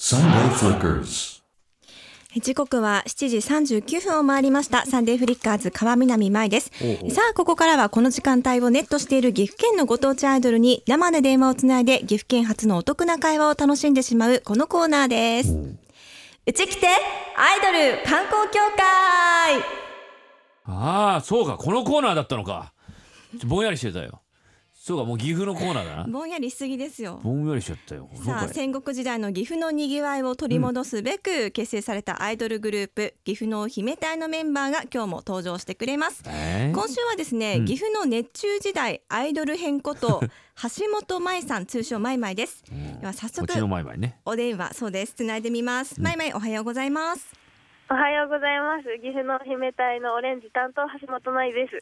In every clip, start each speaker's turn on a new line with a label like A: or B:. A: Sunday Flickers.
B: 時刻は7時39分を回りましたサンデーフリッカーズ川南舞ですさあここからはこの時間帯をネットしている岐阜県のご当地アイドルに生で電話をつないで岐阜県初のお得な会話を楽しんでしまうこのコーナーですうち来てアイドル観光協会
C: ああそうかこのコーナーだったのかちょぼんやりしてたよそうかもう岐阜のコーナーだな
B: ぼんやりしすぎですよ
C: ぼんやりしちゃったよそう
B: さあ
C: かい
B: 戦国時代の岐阜のにぎわいを取り戻すべく結成されたアイドルグループ岐阜の姫隊のメンバーが今日も登場してくれます
C: えー
B: 今週はですね、
C: うん
B: 岐阜の熱中時代アイドル編こと 橋本舞さん通称まいまいです、では早
C: こっちの
B: 速
C: 前々ね
B: お電話そうです繋いでみますまいまいおはようござい ます
D: おはようございます。岐阜の姫隊のオレンジ担当橋本舞です。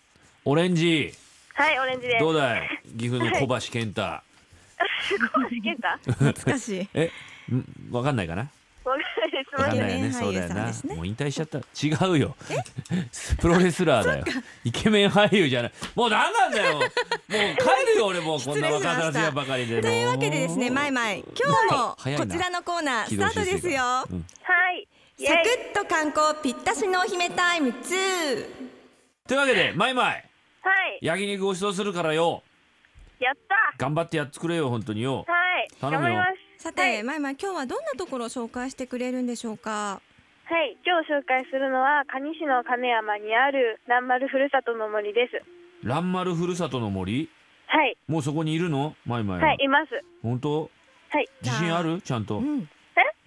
C: オレンジ
D: はい、オレンジです。
C: どうだい岐阜の小橋健太
D: 小橋健太？わか
B: 懐かしい
C: えんわかんないかなん
D: ないです。
C: わか
B: イ
C: ん
B: ケ
C: ない
B: メ
C: よ
B: ン
C: ね
B: 俳
C: そうだ
B: 優
C: よ
B: さん
C: な、
B: ですね
C: もう引退しちゃった違うよ プロレスラーだよイケメン俳優じゃないもう何なんだよもう帰るよ俺もうこん
B: 失礼し
C: な
B: ま
C: 若
B: した
C: だつやばかりで
B: というわけでですねまいまい今日
C: 早い
B: も
C: な
B: こちらのコーナー
C: 軌
B: ス
C: 道
B: タ
C: 修
B: ート
C: 正
B: ですよ
C: が
B: サク
C: うん
D: はい。イエイ
B: ッと観光ぴったしのお姫タイム2
C: というわけでマイマイ
D: はい。
C: 焼肉ごちそうするからよ
D: やった。
C: 頑張ってやってくれよ本当によ
D: はい。
C: 頼
D: 頑
C: む
D: 張
C: よ
D: ります。
B: さて、
D: はい
B: まいまい今日はどんなところを紹介してくれるんでしょうか
D: はい。今日紹介するのは蟹市の金山にある蘭丸ふるさとの森です。
C: ランマルふるさとの森
D: はい。
C: もうそこにいるのマイマイは、
D: はい、います。
C: 本当
D: はい。
C: 自信あるちゃん
B: う
C: と
B: ん。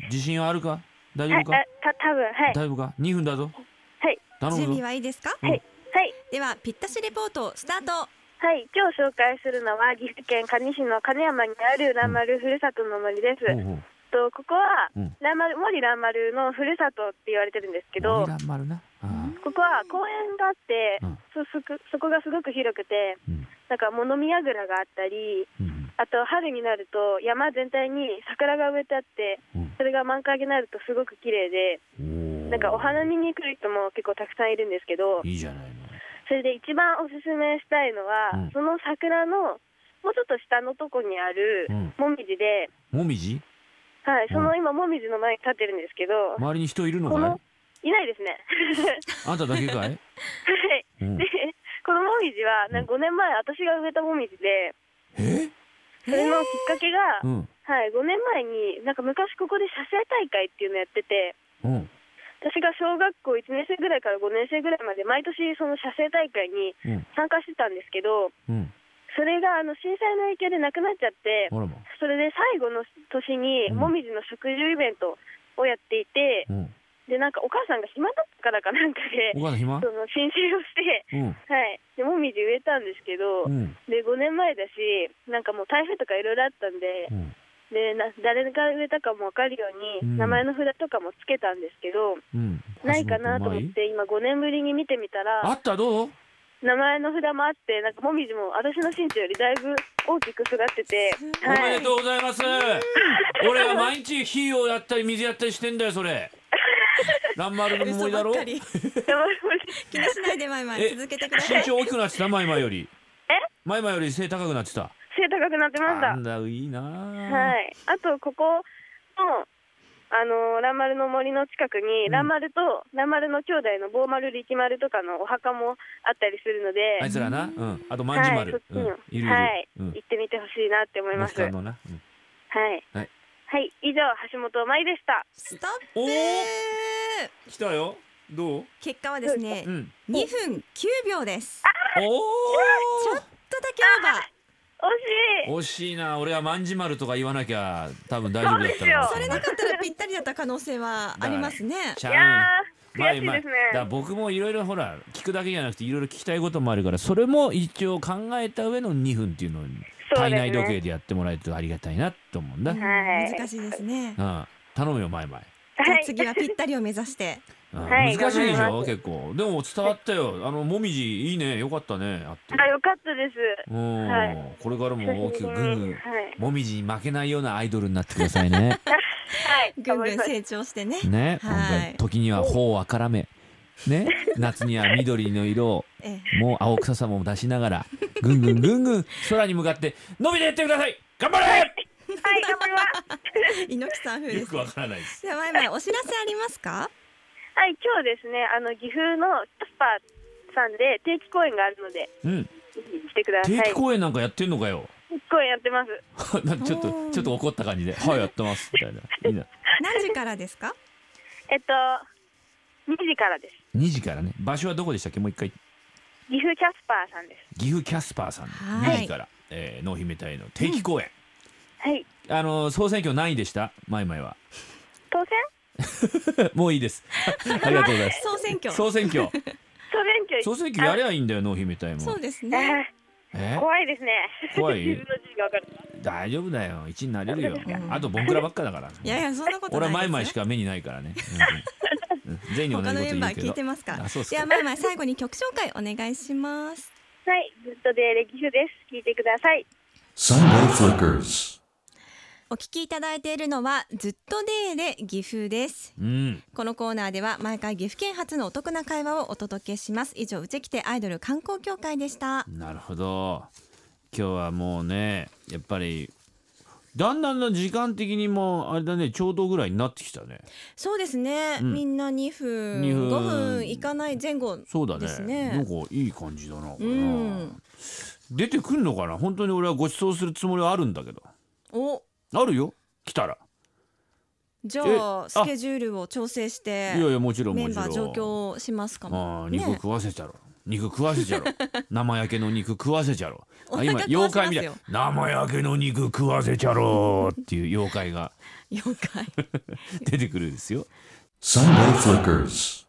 C: 自信あるか大丈
D: はい。
C: 夫か、
D: あた多分は
C: 大
D: い。
C: 丈夫か2分だぞ
D: はい。
C: 頼
B: 準
C: む
B: 備
C: ぞ
B: はいいですか
D: はい。はい。
B: ではぴったしレポートスタート
D: はい、今日紹介するのは岐阜県蟹市の金山にある蘭丸ふるさとの森です。
C: ほうほう
D: とここは
C: うん
D: 蘭丸森蘭丸のふるさとって言われてるんですけど
C: 森、ランマルなああ
D: ここは公園があって、
C: うん
D: そそこそこがすごく広くて
C: うん
D: なんか物見櫓があったり
C: うん
D: あと春になると山全体に桜が植えてあって
C: うん
D: それが満開になるとすごく綺麗で
C: おー
D: なんかお花見に来る人も結構たくさんいるんですけど
C: いいじゃないの
D: それで一番おすすめしたいのは、
C: うん
D: その桜のもうちょっと下のとこにある
C: うん
D: もみじで、
C: もみじ
D: はい、その
C: う
D: 今もみじの前に立ってるんですけど
C: 周りに人いるの
D: こ
C: かい
D: のいないですね。
C: あんただけかい、
D: はい
C: うん
D: で、このもみじは、なんか5年前、私が植えたもみじで、
C: え
D: それのきっかけ
C: う
D: が、
C: ん
D: はい、5年前に、なんか昔ここで写生大会っていうのやってて、
C: うん
D: 私が小学校1年生ぐらいから5年生ぐらいまで、毎年その写生大会に
C: うん
D: 参加してたんですけ
C: う
D: ど、
C: ん
D: それがあの震災の影響でなくなっちゃっ
C: あ、
D: て
C: らま
D: それで最後の年に、
C: うん
D: もみじの植樹イベントをやっていて、
C: うん
D: で、なんかお母さんが暇だったからかなんかで
C: お、母さん暇
D: その申請をして、
C: うん
D: はい、でもみじ植えたんですけ
C: う
D: ど、
C: ん
D: で5年前だしなんかもう台風とかいろいろあったんで
C: うん
D: でな誰が植えたかも分かるよ
C: う
D: う
C: ん
D: に名前の札とかもつけたんですけど、
C: うん
D: ないかなと思っ
C: 橋本舞
D: て今5年ぶりに見てみた
C: あ
D: ら
C: ったどう
D: 名前の札もあってなんかもみじも私の身長よりだいぶ大きく育ってて、
C: お
D: は
C: め
D: い
C: で、とうございます。俺は毎日火をやったり水やったりしてんだよそ れ。ランマルの思いだろ。
B: 嘘ばっか
C: 身
B: り気にしないでまいま
C: え
B: い続けてください
C: 長大きくなってた前々より。
D: え？
C: 前々より背高くなってた。
D: 背高くなってました
C: な。んだいいな。。
D: はいい、あとここのあの蘭丸の森の近くに、
C: うん
D: 蘭丸と蘭丸の兄弟の坊丸力丸とかのお墓もあったりするので
C: あいつらな。うん。あと万事
D: はいそ
C: 丸。
D: っち
C: うん
D: にも。
C: いるいる。
D: はい、
C: うん
D: 行。ってみてほしいなって思い
C: モ
D: ま
C: ス
D: す。
C: カ
D: はい
C: ン、のな。うんはい
D: はい、以上橋本舞でした。
B: ストッ
C: おお。
B: プ
C: 来たよ。どう？
B: 結果はですね
C: うん。
B: 2分9秒ですちょっ
C: お
B: とだけオーバ
D: 惜しい。
C: お。惜しいな。俺は万事丸とか言わなきゃ多分大丈夫だったのに。
B: ーそれなかったらぴったりだった可能性は ありますね
C: ちゃ
D: い
C: ん
D: やー悔しいですね。
C: だから僕もいろいろほら聞くだけじゃなくていろいろ聞きたいこともあるからそれも一応考えた上の2分っていうのを
D: そう
C: 体
D: ですね
C: 内時計でやってもらえるとありがたいなと思うんだ、
B: う
C: うんん、
D: はい
B: 難しいですね
C: 頼むよ前々、
B: じゃあ
D: はい、
B: 次はぴったりを目指して
C: うん
D: はい
C: 難しいでし
D: 頑張り
C: ょ
D: ます
C: 結構でも伝わったよあのもみじいいねよかったねあって
D: あ、よかったです。
C: うん、
D: は
C: これからも大きくぐんぐ
D: はい
C: ん。もみじに負けないようなアイドルになってください ね
D: はい、
B: ぐんぐん
D: 頑張ります
B: 成長してね
C: ね、
B: はい
C: 本当に時には頬をあからめね夏には緑の色を
B: ええ
C: もう青臭さも出しながら、ぐんぐんぐんぐん空に向かって伸びていってください。頑張れ。
D: はい、頑張ります。
B: 猪木さん風で
C: よ
B: す
C: く。わからないです。
B: じゃあ、まいまい、お知らせありますか。
D: はい、今日ですね、あの岐阜のキャスパーさんで定期公演があるので、
C: うん、
D: ぜひ来てください。
C: 定期
D: 定期
C: 公演なんかやってんのかよ。
D: 公演やってます。
C: なんかちょっと
B: おー
C: ちょっと怒った感じで、はいやってますみたいな。いいな。
B: 何時からですか。
D: えっと、2時からです。
C: 2時からね。場所はどこでしたっけ？もう一回。
D: 岐阜キャスパーさんです。
C: 岐阜キャスパーさん
B: はい
C: 2時から、えー、濃姫隊の定期公演、
D: はい、
C: あのー総選挙何位でした前々は
D: 当選
C: もういいです ありがとうございます
B: 総選挙。
C: 総選挙
D: 総選挙
C: 総選挙やりゃいいんだよ濃姫隊
B: そ
C: も
B: うですね。
D: え
C: え
D: ー怖いですね。
C: 怖い
D: 自分の字がわかる。
C: 大丈夫だよ1位になれるよ
B: うん
C: あとボンクラばっかだから
B: いやいや、そんなこと
C: 俺
B: な。
C: はい前々
B: です
C: し
B: よ
C: か目にないからね、う んうん、全員に同
B: 他
C: じ
B: の
C: こと
B: メン
C: 言
B: バー
C: うけ
B: 聞い
C: ど
B: てますか
C: あそうっす
B: で
C: か
B: は、まいまい、最後に曲紹介お願いします。
D: はい、ずっとでレギフです。聞いてください。
A: Sunday Flickers.
B: お聞きいただいているのは、ずっとデーで岐阜です。
C: うん
B: このコーナーでは、毎回岐阜県発のお得な会話をお届けします。以上、うちきてアイドル観光協会でした。
C: なるほど今日はもうねやっぱりだんだんの時間的にもあれだねちょうどぐらいになってきたね
B: そうですね。
C: うん
B: みんな2分、
C: 二分
B: 5分いかない前後。
C: そうだね
B: ですね
C: なんかいい感じだな、こ
B: う。
C: れなん出てくんのかな本当に俺はご馳走するつもりはあるんだけど
B: お、
C: あるよ来たら、
B: じ
C: え
B: ゃあ
C: あ
B: スケジュールを調整して
C: いやいやもちろん
B: メ
C: も
B: ン
C: ちろ
B: バ
C: ん
B: ー状況しますか
C: あ
B: も
C: あ。肉
B: ね
C: 食わせちゃろ、肉食わ せちゃろ生焼けの肉食わせちゃろ
B: お
C: あ
B: 腹壊し
C: 今
B: ますよ
C: 妖怪みたい生焼けの肉食わせちゃろっていう妖怪が
B: 妖怪。
C: 出てくるんですよ
A: Sunday Flickers.